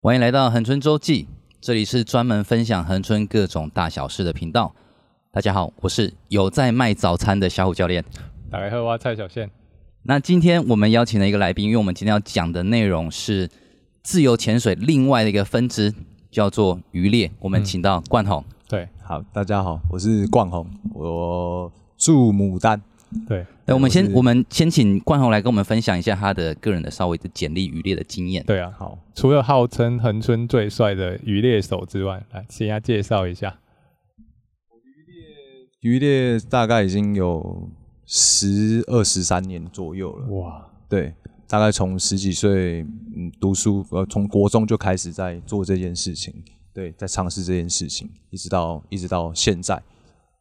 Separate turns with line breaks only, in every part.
欢迎来到恒春周记，这里是专门分享恒春各种大小事的频道。大家好，我是有在卖早餐的小虎教练。
打开喝蛙蔡小宪，
那今天我们邀请了一个来宾，因为我们今天要讲的内容是自由潜水另外的一个分支，叫做渔猎。我们请到冠
嗯
宏，
对
好，大家好，我是冠宏，我住牡丹。
对，
那哎我们
哎我
先
是
我们先请冠宏来跟我们分享一下他的个人的稍微的简历渔猎的经验。
对啊，
好，
除了号称恒春最帅的渔猎手之外，来先要介绍一下。
渔猎大概已经有十二十三年左右了，
哇，
对，大概从十几岁嗯读书，呃，从国中就开始在做这件事情，对，在尝试这件事情，一直到一直到现在。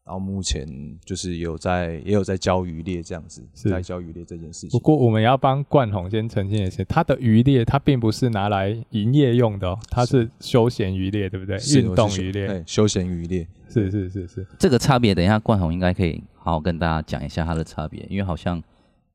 然后目前就是也有在也有在教渔猎这样子，
是
在教渔猎这件事
不
情。
过我们要帮冠宏先澄清一下，他的渔猎他并不是拿来营业用的哦，他是休闲渔猎，对不对？
是
运动
我是
渔猎，
对休闲渔猎，
是是是是，
这个差别，等一下冠宏应该可以好好跟大家讲一下它的差别，因为好像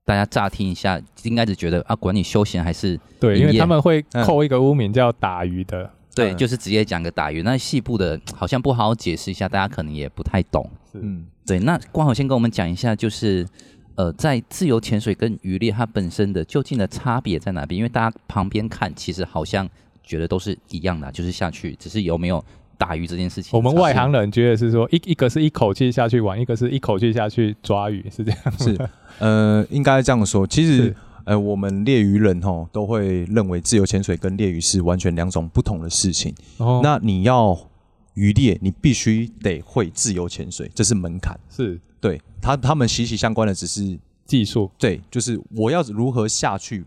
大家乍听一下，应该只觉得啊，管你休闲还是
对，
营
因
业
为他们会
嗯
扣一个污名叫打鱼的，
对，
嗯
就是直接讲个打鱼。那细部的好像不好好解释一下，大家可能也不太懂。
嗯，
对，那冠宏先跟我们讲一下，就是呃，在自由潜水跟渔猎它本身的究竟的差别在哪边？因为大家旁边看，其实好像觉得都是一样的啊，就是下去，只是有没有打鱼这件事情。
我们外行人觉得是说一一个是一口气下去玩，一个是一口气下去抓鱼，是这 样吗？
是，呃，应该这样说。其实
是，
呃，我们猎鱼人吼都会认为自由潜水跟猎鱼是完全两种不同的事情。
哦
那你要渔猎，你必须得会自由潜水，这是门槛。
是
对他，他们息息相关的只是
技术，
对，就是我要如何下去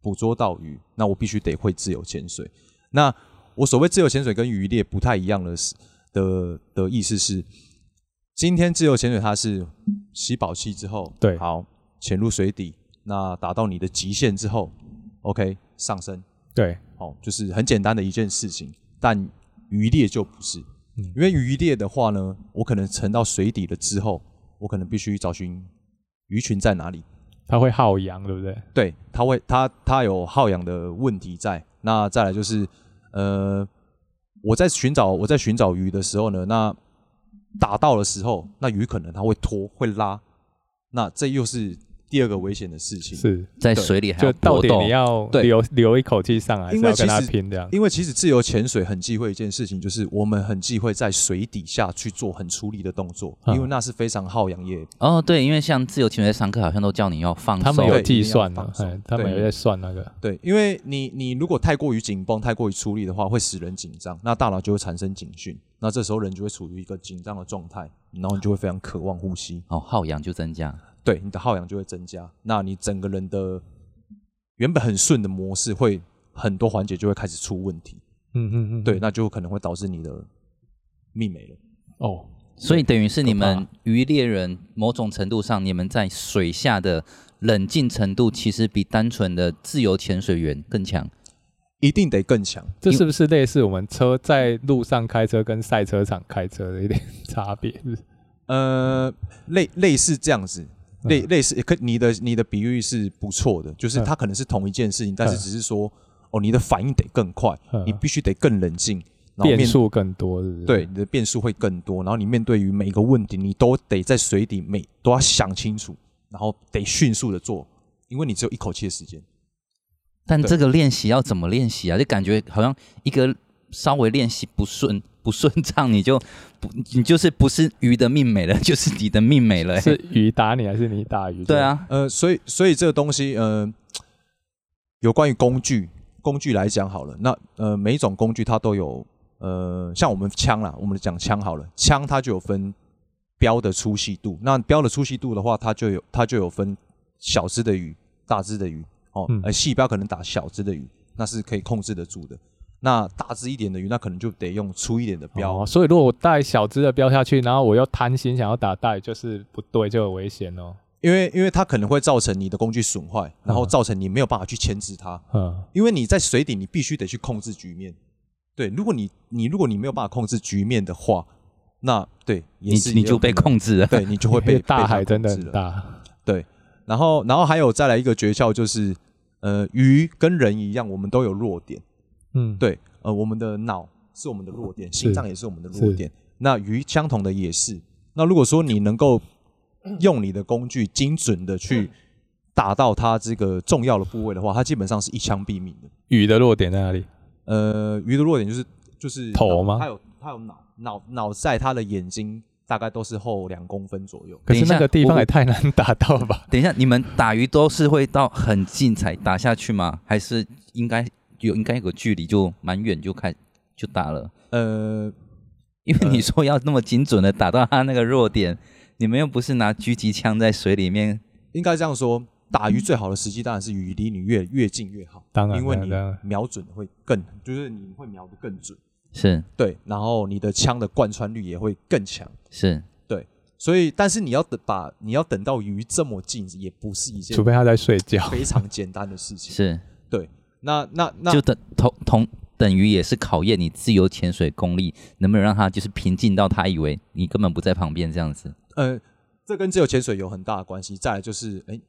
捕捉到鱼，那我必须得会自由潜水。那我所谓自由潜水跟渔猎不太一样的是的的意思是，今天自由潜水它是吸饱气之后，
对
好潜入水底，那达到你的极限之后，OK 上升，
对，
哦，就是很简单的一件事情，但渔猎就不是，
嗯
因为渔猎的话呢，我可能沉到水底了之后，我可能必须找寻鱼群在哪里，
它会耗氧，对不对？
对，它会它它有耗氧的问题在。那再来就是，呃，我在寻找我在寻找鱼的时候呢，那打到的时候，那鱼可能它会拖会拉，那这又是第二个危险的事情。
是，
在
对
水里还
就
要
到
搏
底
斗
你，要
对
留留一口气上来，还是
因为
要跟他
其实
拼这样。
因为其实自由潜水很忌讳一件事情，就是我们很忌讳在水底下去做很出力的动作，
嗯
因为那是非常耗氧也
哦，对，因为像自由潜水上课好像都叫你要放
他们
手
有
对
计
一定要
算的
放，松
哎，他们
对
有在算那个，
对，因为你你如果太过于紧绷、太过于出力的话，会使人紧张，那大脑就会产生警讯，那这时候人就会处于一个紧张的状态，然后你就会非常渴望呼吸，
哦，耗氧就增加。
对，你的耗氧就会增加，那你整个人的原本很顺的模式会很多环节就会开始出问题，
嗯嗯嗯，
对，，那就可能会导致你的命没了。
哦，
所以等于是你
可
们
怕
渔猎人某种程度上，你们在水下的冷静程度，其实比单纯的自由潜水员更强。
一定得更强，
这是不是类似我们车在路上开车跟赛车场开车的一点 差别？是不是
呃，类类似这样子，
嗯
类类似，可你的你的比喻是不错的，就是
嗯
它可能是同一件事情，但是
嗯
只是说，哦，你的反应得更快，
嗯
你必须得更冷静，然后
变
面
数更多，是不是？
对，你的变数会更多，然后你面对于每一个问题，你都得在水底每都要想清楚，然后得迅速的做，因为你只有一口气的时间。
但
对
这个练习要怎么练习啊？就感觉好像一个稍微练习不顺 不顺畅，你就不你就是不是鱼的命没了， 就是你的命没了、欸
是鱼打你还是你打鱼？
对，啊，
呃，所以所以这个东西，呃，有关于工具工具来讲好了，那呃每一种工具它都有，呃，像我们枪啦，我们讲枪好了，枪它就有分标的粗细度，那标的粗细度的话，它就有它就有分小只的鱼、大只的鱼哦
嗯，
呃细标可能打小只的鱼，那是可以控制得住的。那大只一点的鱼，那可能就得用粗一点的标，
哦，所以如果我带小只的标下去，然后我又贪心想要打大鱼，就是不对，就有危险哦。
因为因为它可能会造成你的工具损坏，然后
嗯
造成你没有办法去牵制它。
嗯，
因为你在水底，你必须得去控制局面。对，如果你你如果你没有办法控制局面的话，那对也
你
是
你
也有
就被
可能，
控制了。
对你就会
因
被
为大
被它
海真的
控制
很
了
大，
然后然后还有再来一个诀窍就是，呃，鱼跟人一样，我们都有弱点。
嗯，
对，呃，我们的脑是我们的弱点，
是
心脏也是我们的弱点。那鱼相同的也是。那如果说你能够用你的工具精准的
嗯
去打到它这个重要的部位的话，它基本上是一枪毙命的。
鱼的弱点在哪里？
呃，鱼的弱点就是就是
头吗
它有它有脑脑脑在它的眼睛大概都是后两公分左右。
可
等一
是
下
那个地方
我
也太难打到吧？
等一下，你们打鱼都是会到很近才打下去吗？还是应该有应该有个距离就蛮远就开就打了？
呃，
因为你说要那么精准的打到他那个弱点，你们又不是拿狙击枪在水里面，
应该这样说，打鱼最好的时机当然是鱼离你越越近越好，
当然
因为
当然当然
你瞄准会更，就是你会瞄得更准，
是
对，然后你的枪的贯穿率也会更强，
是
所以但是你要等把你要等到鱼这么近，也不是一件
除非他在睡觉。
非常简单的事情。
是，
那那那
就等同同等于也是考验你自由潜水功力，能不能让他就是平静到他以为你根本不在旁边这样子。
呃，这跟自由潜水有很大的关系。再来就是，哎、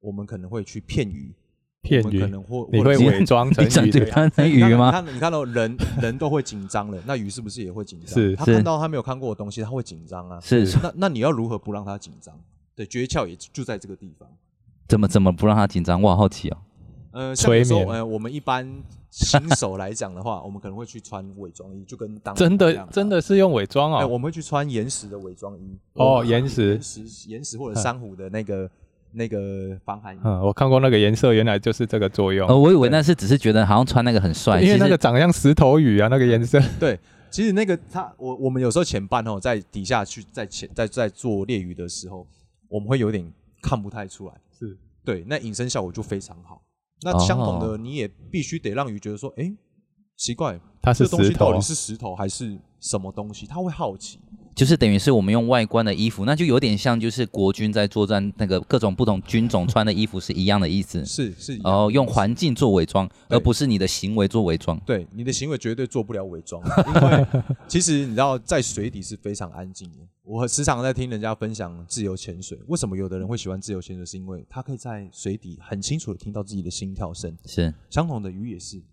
我们可能会去骗鱼，
骗
我们可
鱼，
能会
你
或
会
者是哎
伪装 成
你整
鱼
嘴
的样
当成啊鱼
你
吗？
看，你看到人人都会紧张了，那鱼是不是也会紧张？
是
他
是
看到他没有看过的东西，他会紧张啊。
是
那那你要如何不让他紧张？对，诀窍也就在这个地方。
怎么怎么不让他紧张？我好好奇哦。
呃，像比如说
催眠
呃，我们一般新手来讲的话，我们可能会去穿伪装衣，就跟当
子真
兵一
的
样啊
真。的是用伪装
哎、
哦。
我们会去穿岩石的伪装衣
哦岩石
岩石、岩石或者珊瑚的那个那个防寒衣。
嗯，我看过那个颜色，原来就是这个作用
呃，。我以为那是只是觉得好像穿那个很帅，
因为
其
那
实
个长得像石头鱼啊，那个颜 色。
其实那个他，我我们有时候前半哦，在底下去在前在在做猎鱼的时候，我们会有点看不太出来，
是
对，那隐身效果就非常好。那
哦
相同的，你也必须得让鱼觉得说，哎、奇怪，
它
这
是
东
石
西到
头哦
底，是石头还是什么东西？他会好奇。
就是等于是我们用外观的衣服，那就有点像就是国军在作战那个各种不同军种穿的衣服是一样的意思。
是是一样
哦，用环境做伪装，
对
而不是你的行为做伪装。
对你的行为绝对做不了伪装，啊因为 其实你知道，在水底是非常安静的。我时常在听人家分享自由潜水，为什么有的人会喜欢自由潜水，是因为他可以在水底很清楚的听到自己的心跳声。
是
相同的鱼也是，鱼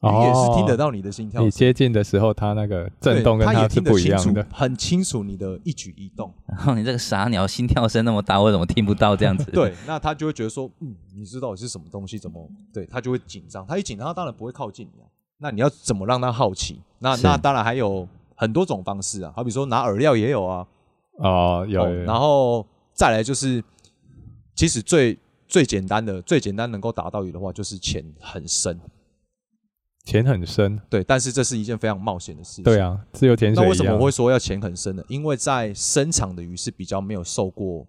哦
也是听得到你的心跳声
你，接近的时候，它那个
对
震动跟
它也
是
听得
不一
清楚
样的。
很清楚你的一举一动。
然后 你这个傻鸟，心跳声那么大，我怎么听不到这样子？，
对，那他就会觉得说，嗯，你知道底是什么东西，怎么对他就会紧张，他一紧张，他当然不会靠近你啊。那你要怎么让他好奇？那
是
那当然还有很多种方式啊，好比说拿饵料也有啊，
哦，有
哦
有
然
有，
后再来就是，其实最最简单的、最简单能够打到鱼的话，就是潜很深，
潜很深。
对。但是这是一件非常冒险的事情。
对啊，自由潜
那
水一
为什么
样
我。会说要潜很深呢？因为在深场的鱼是比较没有受过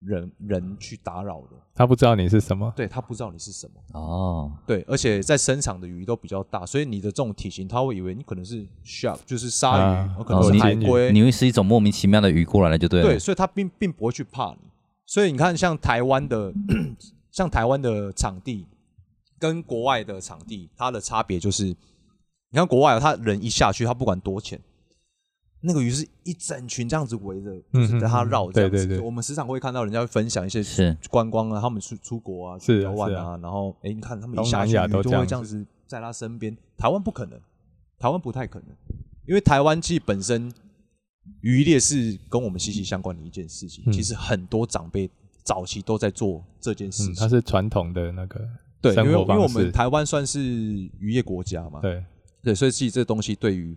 人人去打扰的，
他不知道你是什么。
对它不知道你是什么，
哦，
对，而且在深场的鱼都比较大，所以你的这种体型，它会以为你可能是 shark，就是鲨鱼，
啊
哦可能是
哦
海
你
龟，
你会是一种莫名其妙的鱼过来了，就对了。
对，，所以它并并不会去怕你。所以你看，像台湾的，像台湾的场地跟国外的场地，它的差别就是，你看国外哦，它人一下去，它不管多浅，那个鱼是一整群这样子围着，就
嗯哼
是在它绕这样子。
对对对
我们时常会看到人家会分享一些
是
观光啊，他们出出国啊，
是
去
啊
台湾
是
啊，然后哎，你看他们一
东
下
南
去，
亚
鱼
都这
都会
样
这样子在他身边。台湾不可能，台湾不太可能，因为台湾其实本身渔猎是跟我们息息相关的一件事情。
嗯
其实很多长辈早期都在做这件事
嗯，
情，
它是传统的那个
对，因
生
为
活
因为我
方
们
式。嗯
台湾算是渔业国家嘛，
对，
对，所以其实这东西对于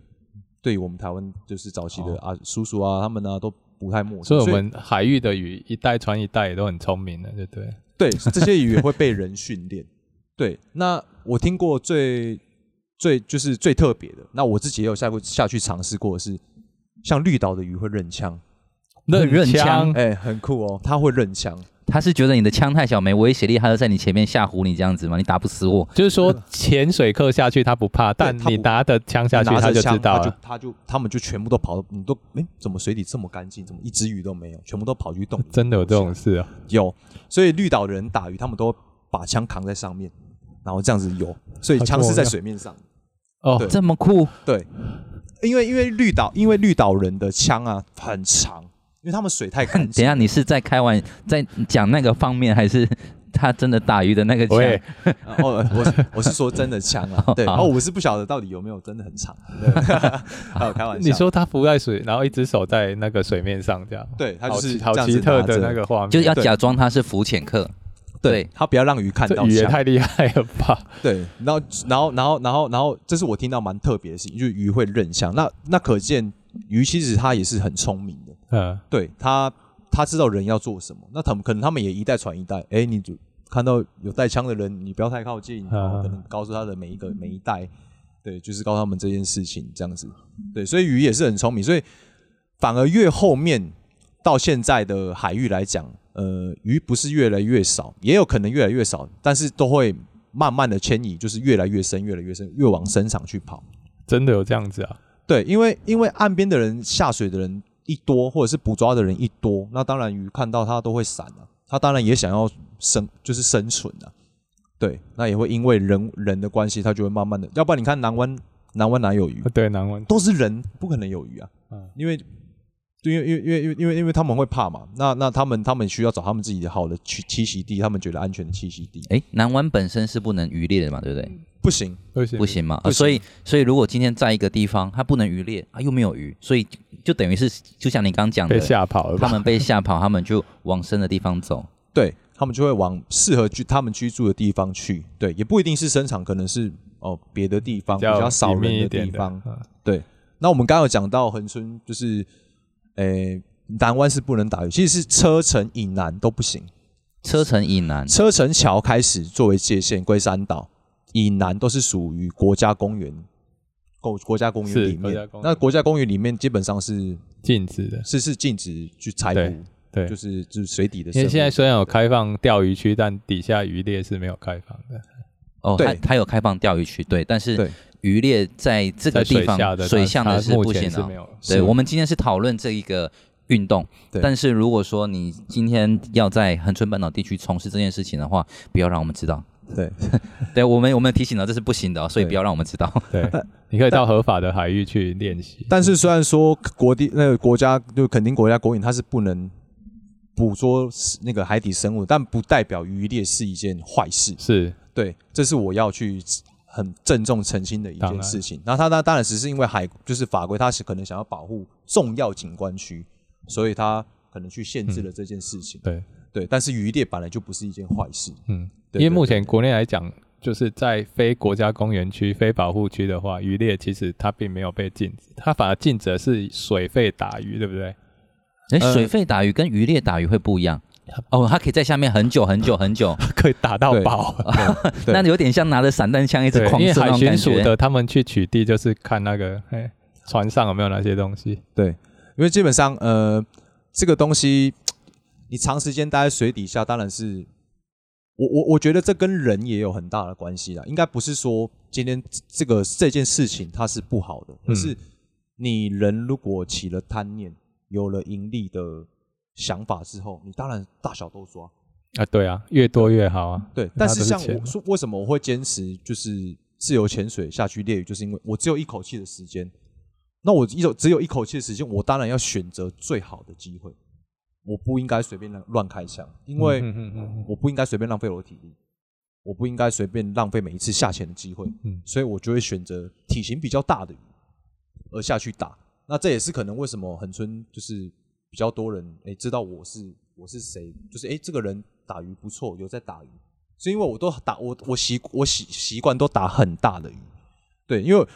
对于我们台湾就是早期的啊、叔叔啊他们啊都不太陌生，
哦所以我们海域的鱼一代传一代也都很聪明的，对不对？
对， 这些鱼也会被人训练。对，那我听过最最就是最特别的，那我自己也有下过下去尝试过的是，像绿岛的鱼会认枪，
认
认
枪
哎、很酷哦，它会认枪，
他是觉得你的枪太小，没威胁力，他就在你前面吓唬你这样子吗？你打不死我，
就是说潜水客下去他不怕，但
他不
你拿的枪下去
拿
他
着
就知
枪，
道
它就
了。
它就他们就全部都跑，你都哎、怎么水底这么干净，怎么一只鱼都没有，全部都跑去 洞里。
真的有这种事啊？
有，所以绿岛的人打鱼，他们都把枪扛在上面，然后这样子游，所以
好
枪是在
重要
水面上。
哦
对，
这么 酷，
对，因为因为绿岛，因为绿岛人的枪啊很长，因为他们水太干
等 一
净。
下，你是在开玩在讲那个方面，还是它真的打鱼的那个枪，
喂，
啊哦，我是我是说真的枪啊， 对，哦，我是不晓得到底有没有真的很长，对 还有开玩 笑，
你说他浮在水，然后一只手在那个水面上这样，
对，他
好
就是
奇好
这样子
奇特
拿着
的那，个画面，
就是要
对
假装他是浮潜客。对，
他不要让鱼看
这
到
语言
枪，
太厉害了吧？
对，然后然后然后然后然后，这是我听到蛮特别的事情，就是鱼会认枪，那那可见鱼其实它也是很聪明的，
嗯，
对它它知道人要做什么，那他们可能他们也一代传一代，哎，你就看到有带枪的人，你不要太靠近，然后可能告诉他的每一个每一代，对，就是告诉他们这件事情这样子，对，所以鱼也是很聪明，所以反而越后面到现在的海域来讲，呃，鱼不是越来越少，也有可能越来越少，但是都会慢慢的迁移，就是越来越深，越来越深，越往深场去跑。
真的有这样子啊？
对，因为因为岸边的人下水的人一多，或者是捕抓的人一多，那当然鱼看到它都会闪啊，它当然也想要生，就是生存啊。对，那也会因为人人的关系，它就会慢慢的，要不然你看南湾南湾哪有鱼
啊，对，难问，
都是人，不可能有鱼啊，
嗯
因为。因为因为因为因为因为因为他们会怕嘛，那那他们他们需要找他们自己的好的栖栖息地，他们觉得安全的栖息地，
哎，南湾本身是不能渔猎的嘛，对不对？
不行，
不行
不，行嘛，
不
呃
行
所以所以如果今天在一个地方，它不能渔猎啊，又没有鱼，所以就就等于是就像你刚讲
被
的，
吓跑了
他
吧？
们被吓跑，他们就往深的地方 走。
对他们就会往适合居他们居住的地方去。对，也不一定是生产，可能是哦别的地方比较少
隐秘
人
一
的
点
地
的
方。，
嗯
那我们刚刚有讲到恒春，就是诶、南湾是不能打鱼，其实是车城以南都不行，
车程以南，
车城桥开始作为界限，龟山岛以南都是属于国家公园。国国家公园
是
里
国家
面
公，园
那国家公园里面基本上是
禁止的，
是是禁止去采
对
捕，
对
就。是就是水底的生物。
因为现在虽然有开放钓鱼区，但底下渔猎是没有开放的。
哦，
对
它它有开放钓鱼区，对，但
对
是渔猎在这个
在
地
水
方
下的
水
它
象
它
的是
目
不
前
行
是
的
没。有。
对，
是
我们今天是讨论这一个运动
对，
但是如果说你今天要在恒春半岛地区从事这件事情的话，不要让我们知道。
对，
对我们我们提醒了，这是不行的哦，所以
对
不要让我们知道。
对，你可以到合法的海域去练习。
呃但是虽然说国地那个国家就肯定国家公园它是不能捕捉那个海底生物，但不代表渔猎是一件坏事。
是
对，这是我要去很郑重澄清的一
当
件
然
事情。那他那当然只是因为海就是法规，他是可能想要保护重要景观区，所以他可能去限制了这件事情。
对，
对，但是渔猎本来就不是一件坏 事。
嗯，
对
因为
对
目
对
前国内来讲，就是在非国家公园区、非保护区的话，渔猎其实它并没有被禁止，它反而禁止的是水费打鱼，对不 对？
哎，
呃
水肺打鱼跟渔猎打鱼会不一样。哦，它可以在下面很久很久很 久，
可以打到
对
饱。
对
那有点像拿着散弹枪一直
对，
狂
因为
射那
海
种
巡
感
署
觉。
的他们去取缔，就是看那个嘿船上有没有那些东西。
对，因为基本上呃，这个东西你长时间待在水底下，当然是我我我觉得这跟人也有很大的关系啦。应该不是说今天这这个这件事情它是不好的，而是你人如果起了贪念，有了盈利的想法之后，你当然大小都抓。
啊，对啊，越多越好啊。
对，
那
但
都
是
是
像
钱
我说，为什么我会坚持就是自由潜水下去猎鱼，就是因为我只有一口气的时间。那我一有只有一口气的时间，我当然要选择最好的机会，我不应该随便乱乱开枪，因为
嗯嗯嗯
我不应该随便浪费我的体力，我不应该随便浪费每一次下潜的机会，
嗯
所以我就会选择体型比较大的鱼而下去打。那这也是可能为什么恒春就是比较多人哎、诶知道我是我是谁，就是哎、诶这个人打鱼不错，有在打鱼，是因为我都打我我习我习习惯都打很大的鱼，对，因为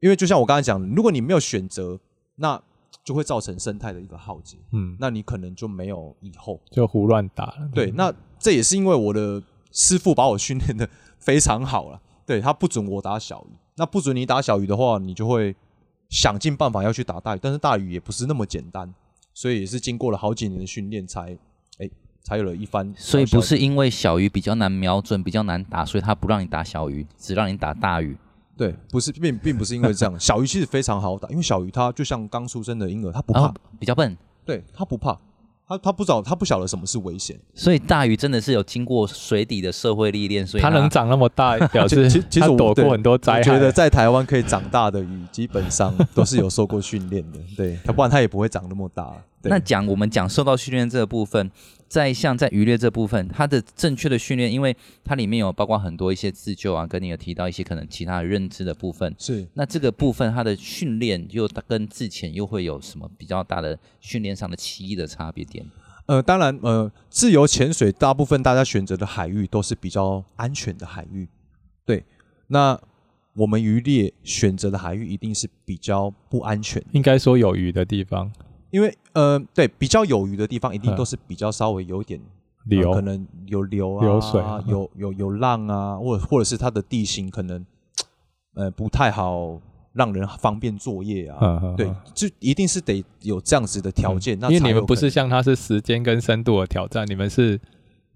因为就像我刚才讲，如果你没有选择，那就会造成生态的一个浩劫，
嗯，
那你可能就没有以后。
就胡乱打了。
对，那这也是因为我的师傅把我训练的 非常好了。对他不准我打小鱼，那不准你打小鱼的话，你就会想尽办法要去打大鱼，但是大鱼也不是那么简单，所以也是经过了好几年的训练才，哎、才有了一番。
所以不是因为小鱼比较难瞄准，比较难打，所以它不让你打小鱼，只让你打大鱼。
对，不是并并不是因为这样，小鱼其实非常好打，因为小鱼它就像刚出生的婴儿，它不
然
怕，
后哦比较笨，
对，它不怕，它它不找它不晓得什么是危险。
所以大鱼真的是有经过水底的社会历练，所以
它
它
能长那么大，表示
啊 其其实
它
我
躲
对
过很多灾害。
我觉得在台湾可以长大的鱼，基本上都是有受过训练的，对，要不然它也不会长那么大。对
那讲我们讲受到训练这个部分，在像在渔猎这部分，它的正确的训练，因为它里面有包括很多一些自救啊，跟你有提到一些可能其他的认知的部分。
是
那这个部分它的训练又跟之前又会有什么比较大的训练上的歧义的差别点？
呃，当然呃，自由潜水大部分大家选择的海域都是比较安全的海域，对。那我们渔猎选择的海域一定是比较不安全，
应该说有鱼的地方，
因为呃，对比较有鱼的地方，一定
嗯
都是比较稍微有一点呃
流
可能有流啊、
流水嗯
有有有浪啊，或者或者是它的地形可能呃不太好，让人方便作业啊。
嗯嗯
对
嗯，
就一定是得有这样子的条件，那
因为
才
你
有
们不
可
是
能
像它是时间跟深度的挑战，你们是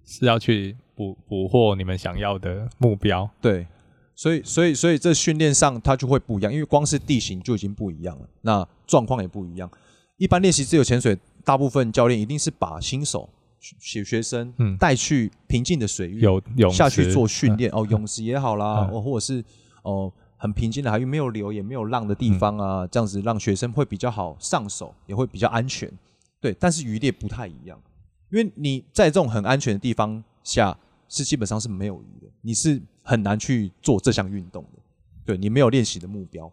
是要去捕捕获你们想要的目标。
对，所以所以所以这训练上它就会不一样，因为光是地形就已经不一样了，那状况也不一样。一般练习自由潜水，大部分教练一定是把新手学学生
嗯
带去平静的水域，
有泳池
下去做训，练、哦，泳池也好啦，
嗯
哦，或者是哦很平静的海域，没有流也没有浪的
嗯
地方啊，这样子让学生会比较好上手，也会比较安全。对，但是渔猎不太一样，因为你在这种很安全的地方下是基本上是没有鱼的，你是很难去做这项运动的。对你没有练习的目标，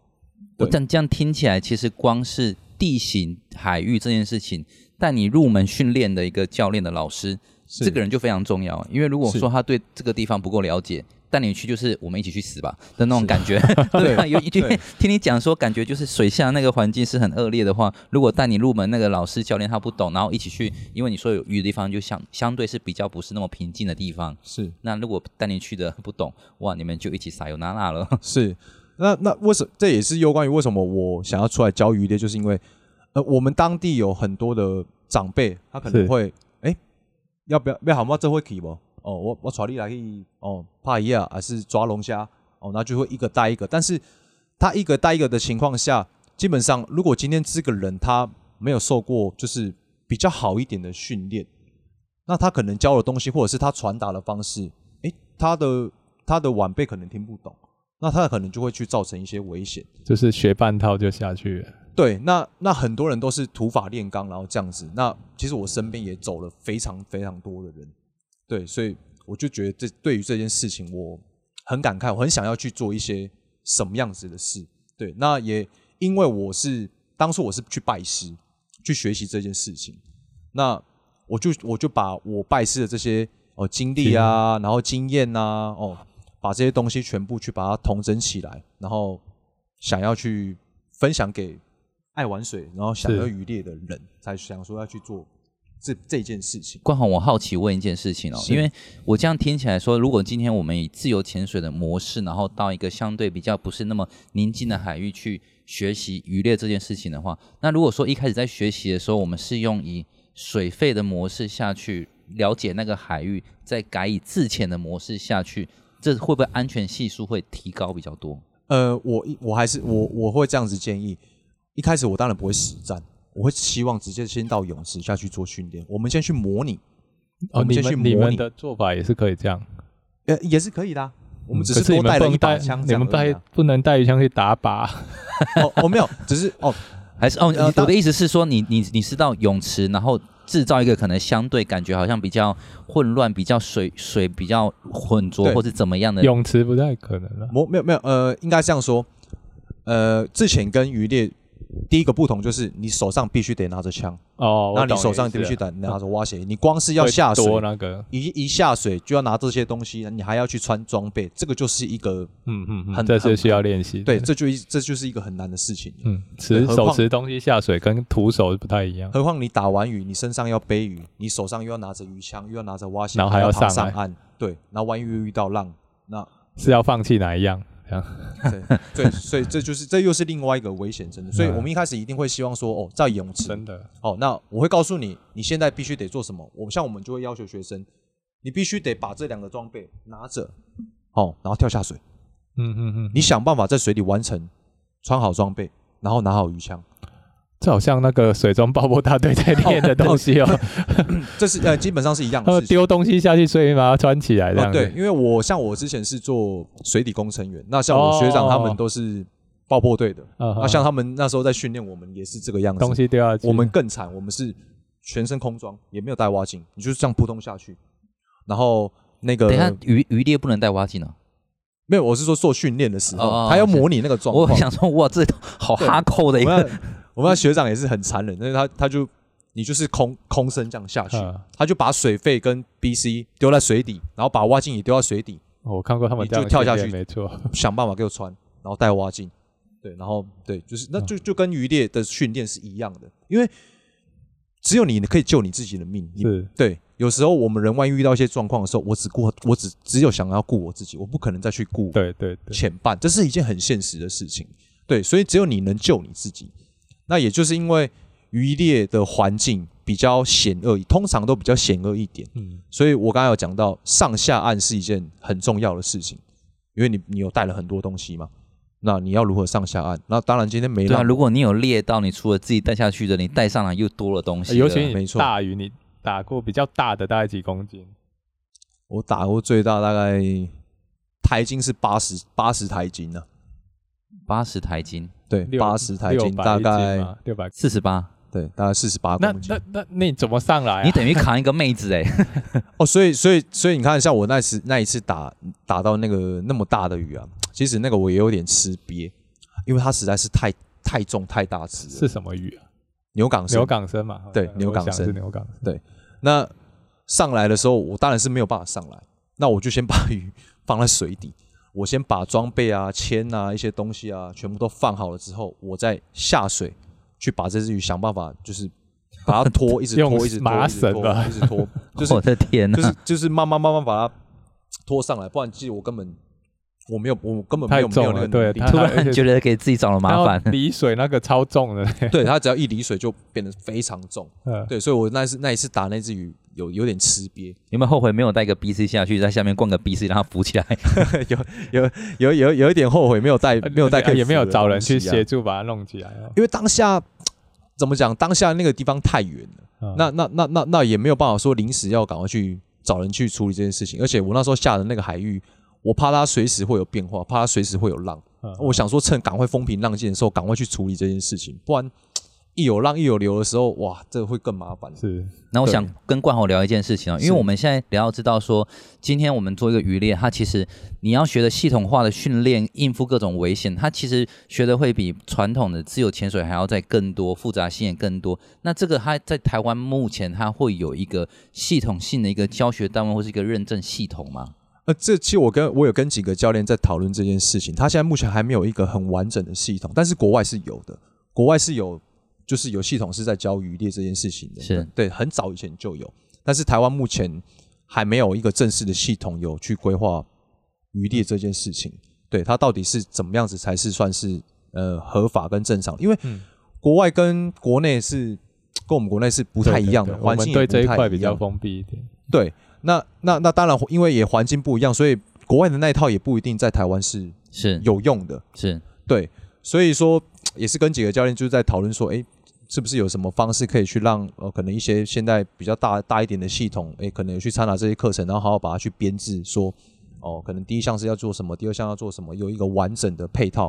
我
对
但这样听起来，其实光是地形、海域这件事情，带你入门训练的一个教练的老师，
是
这个人就非常重要。因为如果
是
说他对这个地方不够了解，带你去就是我们一起去死吧的那种感 觉，对 吧？有一句
对
听你讲说，感觉就是水下那个环境是很恶劣的话，如果带你入门那个老师教练他不懂，然后一起去，因为你说有鱼的地方就相相对是比较不是那么平静的地方。
是
那如果带你去的不懂，哇，你们就一起撒油那那了。
是，那那为什这也是有关于为什么我想要出来教渔猎，就是因为呃，我们当地有很多的长辈，他可能
是
会哎、要不要要好吗？这会去不？哦，我我带你来去哦，帕伊亚还是抓龙虾哦，那就会一个带一个，但是他一个带一个的情况下，基本上如果今天这个人他没有受过就是比较好一点的训练，那他可能教的东西或者是他传达的方式，诶，他的他的晚辈可能听不懂，那他可能就会去造成一些危险。
就是学半套就下去了。
对，那那很多人都是土法炼钢，然后这样子。那其实我身边也走了非常非常多的人，对，所以我就觉得这对于这件事情我很感慨，我很想要去做一些什么样子的事。对，那也因为我是当初我是去拜师去学习这件事情，那我就我就把我拜师的这些哦经历啊，然后经验啊，哦，把这些东西全部去把它统整起来，然后想要去分享给爱玩水，然后想
是
要渔猎的人，才想说要去做这这件事情。
冠宏，我好奇问一件事情哦，
是
因为我这样听起来说，如果今天我们以自由潜水的模式，然后到一个相对比较不是那么宁静的海域去学习渔猎这件事情的话，那如果说一开始在学习的时候，我们是用以水费的模式下去了解那个海域，再改以自潜的模式下去，这会不会安全系数会提高比较多？
呃，我一我还是我我会这样子建议，一开始我当然不会实战，我会希望直接先到泳池下去做训练，我们先去模拟，我
哦，
们
你
先去
们你
模
们
拟
的做法也是可以这样，
呃，也是可以的啊、我们只
可
是多
你们
带
不
了一
能
把
带
枪这
你
样而
们
已啊、
带不能带鱼枪去打靶，
哦哦没有，只是哦
还是哦，你
呃
我
当
的意思是说，你你你是到泳池，然后制造一个可能相对感觉好像比较混乱、比较水水比较浑浊
对
或者怎么样的
泳池不太可能了。
模没有没有呃，应该这样说，呃，之前跟渔猎第一个不同就是你手上必须得拿着枪，
哦，
那
我
你
懂
手上
意思
必须
了
得拿着蛙鞋，你光是要
会
下水
多那个，
一一下水就要拿这些东西，你还要去穿装备，这个就是一个
嗯嗯嗯，
很
这是
很
需要练习的。
对，这就一这就是一个很难的事情。
嗯，持
何
手
况
持东西下水跟徒手不太一样。
何况你打完鱼，你身上要背鱼，你手上又要拿着鱼枪，又要拿着蛙鞋，
然后还
要
要
爬
上
上
来
岸，对，那万一又遇到浪，那
是要放弃哪一样？
对 对，所以这就是这又是另外一个危险，真的。所以我们一开始一定会希望说，哦，在泳池
嗯真的，
哦，那我会告诉你，你现在必须得做什么。我像我们就会要求学生，你必须得把这两个装备拿着，哦，然后跳下水，
嗯嗯嗯，
你想办法在水里完成，穿好装备，然后拿好鱼枪。
这好像那个水中爆破大队在练的东西哦，
这是呃，基本上是一 样
他
的
们
事情。
丢东西下去，所以把它穿起来这
哦，
样子。
对，因为我像我之前是做水底工程员，那像我学长他们都是爆破队的，
哦啊，
那像他们那时候在训练，我们也是这个样子。
东西丢下去，
我们更惨，我们是全身空装，也没有带蛙镜，你就是这样扑通下去，然后那个
等一下渔渔猎不能带蛙镜哦。
没有，我是说做训练的时候，
哦哦哦
他要
是
模拟那个状
我
况。
想说，哇，这好
对
哈扣的一个
我们那我们那学长也是很残忍，但是他他就你就是空空身这样下 去，
嗯
他就把水肺跟 BC 丢在水底，然后把蛙镜也丢到水底，
我看过他们
你
这样
就跳下
训练
去
没错。
想办法给我穿，然后带蛙镜，对，然后对，就是那就就跟渔猎的训练是一样的，因为只有你可以救你自己的命，你
是
对。有时候我们人万一遇到一些状况的时候，我只顾我只只有想要顾我自己，我不可能再去顾
对对对，
前半，这是一件很现实的事情。对，所以只有你能救你自己。那也就是因为渔猎的环境比较险恶，通常都比较险恶一点，
嗯，
所以我刚才有讲到上下岸是一件很重要的事情，因为你你有带了很多东西嘛，那你要如何上下岸？那当然今天 没
对啊，
浪，
如果你有猎到，你除了自己带下去的，你带上来又多了东西了。
尤其
没
你
错
大鱼，你打过比较大的大概几公斤？
我打过最大大概台斤是八十八十台斤呢、
八十台斤，
对，
六
八十台
六
斤
百
大
一斤
概
嘛六百。
四十八，
对大概四十八
那
公斤
那。那你怎么上来啊？
你等于扛一个妹子哎、
哦，所以所以所以你看，像我那次那一次打打到那个那么大的鱼啊，其实那个我也有点吃瘪，因为它实在是太太重太大只了。
是什么鱼啊？
牛港生
牛港生嘛？好像
对
我
牛港
想是
生
牛港生。
那上来的时候，我当然是没有办法上来，那我就先把 鱼放在水底，我先把装备啊、铅啊、一些东西啊，全部都放好了之后，我再下水去把这只鱼想办法就是把 它拖，一直
用
拖，一直拖，
麻
一直
绳啊哦
拖，
吧
一直拖， 就 是
我的天
就
呐、
是就是慢慢慢慢把它拖上来，不然其实我根本我没有我根本没有
太
没
重
有
了
那个能
对
力
它
突
而且
然觉得给自己找了麻烦
然后。离水那个超重的，
对它只要一离水就变得非常重，
嗯，
对，所以我那次那一次打那只鱼有有点吃瘪，
有没有后悔没有带个 BC 下去，在下面逛个 BC，让它浮起来？
有有有有有一点后悔没有带没有带、
呃也没有找人去协
写，
助把它弄起来哦。
啊因为当下怎么讲，当下那个地方太远了，
嗯
那那那那那也没有办法说临时要赶快去找人去处理这件事情，而且我那时候下的那个海域，我怕它随时会有变化，怕它随时会有浪。
嗯
我想说趁赶快风平浪静的时候，赶快去处理这件事情，不然一有浪一有流的时候，哇，这会更麻烦。
是
然后我
对
想跟冠豪聊一件事情啊，因为
是
我们现在聊到知道说，今天我们做一个渔猎，它其实你要学的系统化的训练，应付各种危险，它其实学的会比传统的自由潜水还要再更多，复杂性也更多。那这个它在台湾目前它会有一个系统性的一个教学单位或是一个认证系统吗？
呃，这期我跟我有跟几个教练在讨论这件事情，他现在目前还没有一个很完整的系统，但是国外是有的，国外是有就是有系统是在教渔猎这件事情的，
是
对，很早以前就有，但是台湾目前还没有一个正式的系统有去规划渔猎这件事情，对它到底是怎么样子才是算是呃合法跟正常，因为
嗯
国外跟国内是跟我们国内是不太一样的
对对对
环
我
境
们对
也不
这一
太
块比
样
较封闭一点。
对，那那那当然，因为也环境不一样，所以国外的那一套也不一定在台湾是
是
有用的。
是，
对，所以说也是跟几个教练就是在讨论说，诶，是不是有什么方式可以去让呃，可能一些现在比较大大一点的系统，诶，可能有去参加这些课程，然后好好把它去编制，说哦，可能第一项是要做什么，第二项要做什么，有一个完整的配套，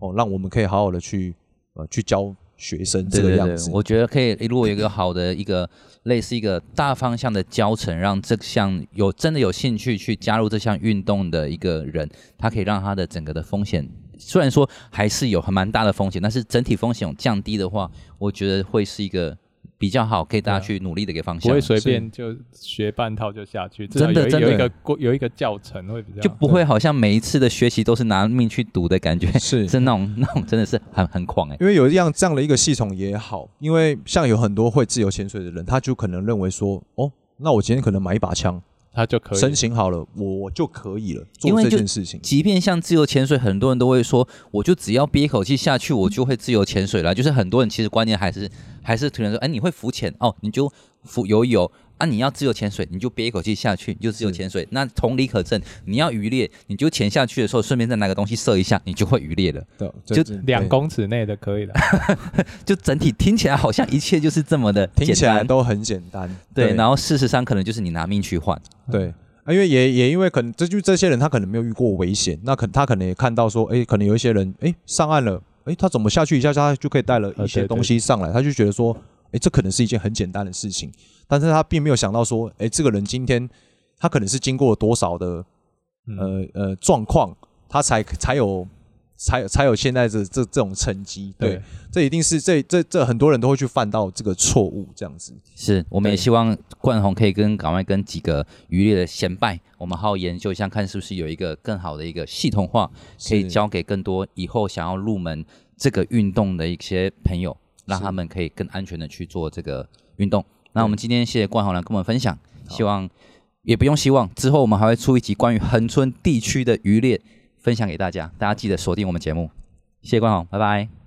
哦，让我们可以好好的去呃去教学生这
对
个
对
样
对
子。，
我觉得可以，如果有一个好的一个类似一个大方向的教程，让这项有真的有兴趣去加入这项运动的一个人，他可以让他的整个的风险，虽然说还是有还蛮大的风险，但是整体风险有降低的话，我觉得会是一个比较好，可以大家
对啊
去努力的一个方
不
向
会，随便就学半套就下去，至少
真的
有一
真的
有一个过有一个教程会比较
就不会好像每一次的学习都是拿命去赌的感觉，
是
真那种那种真的是很很狂哎、
因为有一样这样的一个系统也好，因为像有很多会自由潜水的人，他就可能认为说，哦，那我今天可能买一把枪，
他就可以
申请好了，我就可以了，做
因为
这
就
件事情。
即便像自由潜水，很多人都会说，我就只要憋一口气下去，我就会自由潜水了。就是很多人其实观念还是还是突然说，哎，你会浮潜哦，你就浮游一游啊，你要自由潜水，你就憋一口气下去，你就自由潜
嗯
水。那同理可证，你要渔猎，你就潜下去的时候，顺便再拿个东西射一下，你就会渔猎了。
对，
就
这
两
对
公尺内的可以了。
就整体听起来好像一切就是这么的
听
简
起来
单，
都很简单。
对。
对
然后事实上，可能就是你拿命去换，
嗯
对啊因为也也因为可能这就这些人他可能没有遇过危险，那可他可能也看到说，哎，可能有一些人哎上岸了，哎他怎么下去一下下他就可以带了
呃
一些
对
东西上来，他就觉得说，诶，这可能是一件很简单的事情，但是他并没有想到说，诶，这个人今天他可能是经过多少的
嗯
呃呃状况，他才才有才有才有现在这这这种成绩。对，
对，
这一定是这这这很多人都会去犯到这个错误，这样子。
是，我们也
对
希望冠宏可以跟赶快跟几个渔猎的先拜，我们好好研究一下，看是不是有一个更好的一个系统化，可以
是
教给更多以后想要入门这个运动的一些朋友，让
是
他们可以更安全的去做这个运动。那我们今天谢谢冠宏来跟我们分享，希望也不用希望，之后我们还会出一集关于恒春地区的渔猎分享给大家，大家记得锁定我们节目。谢谢冠宏，拜拜。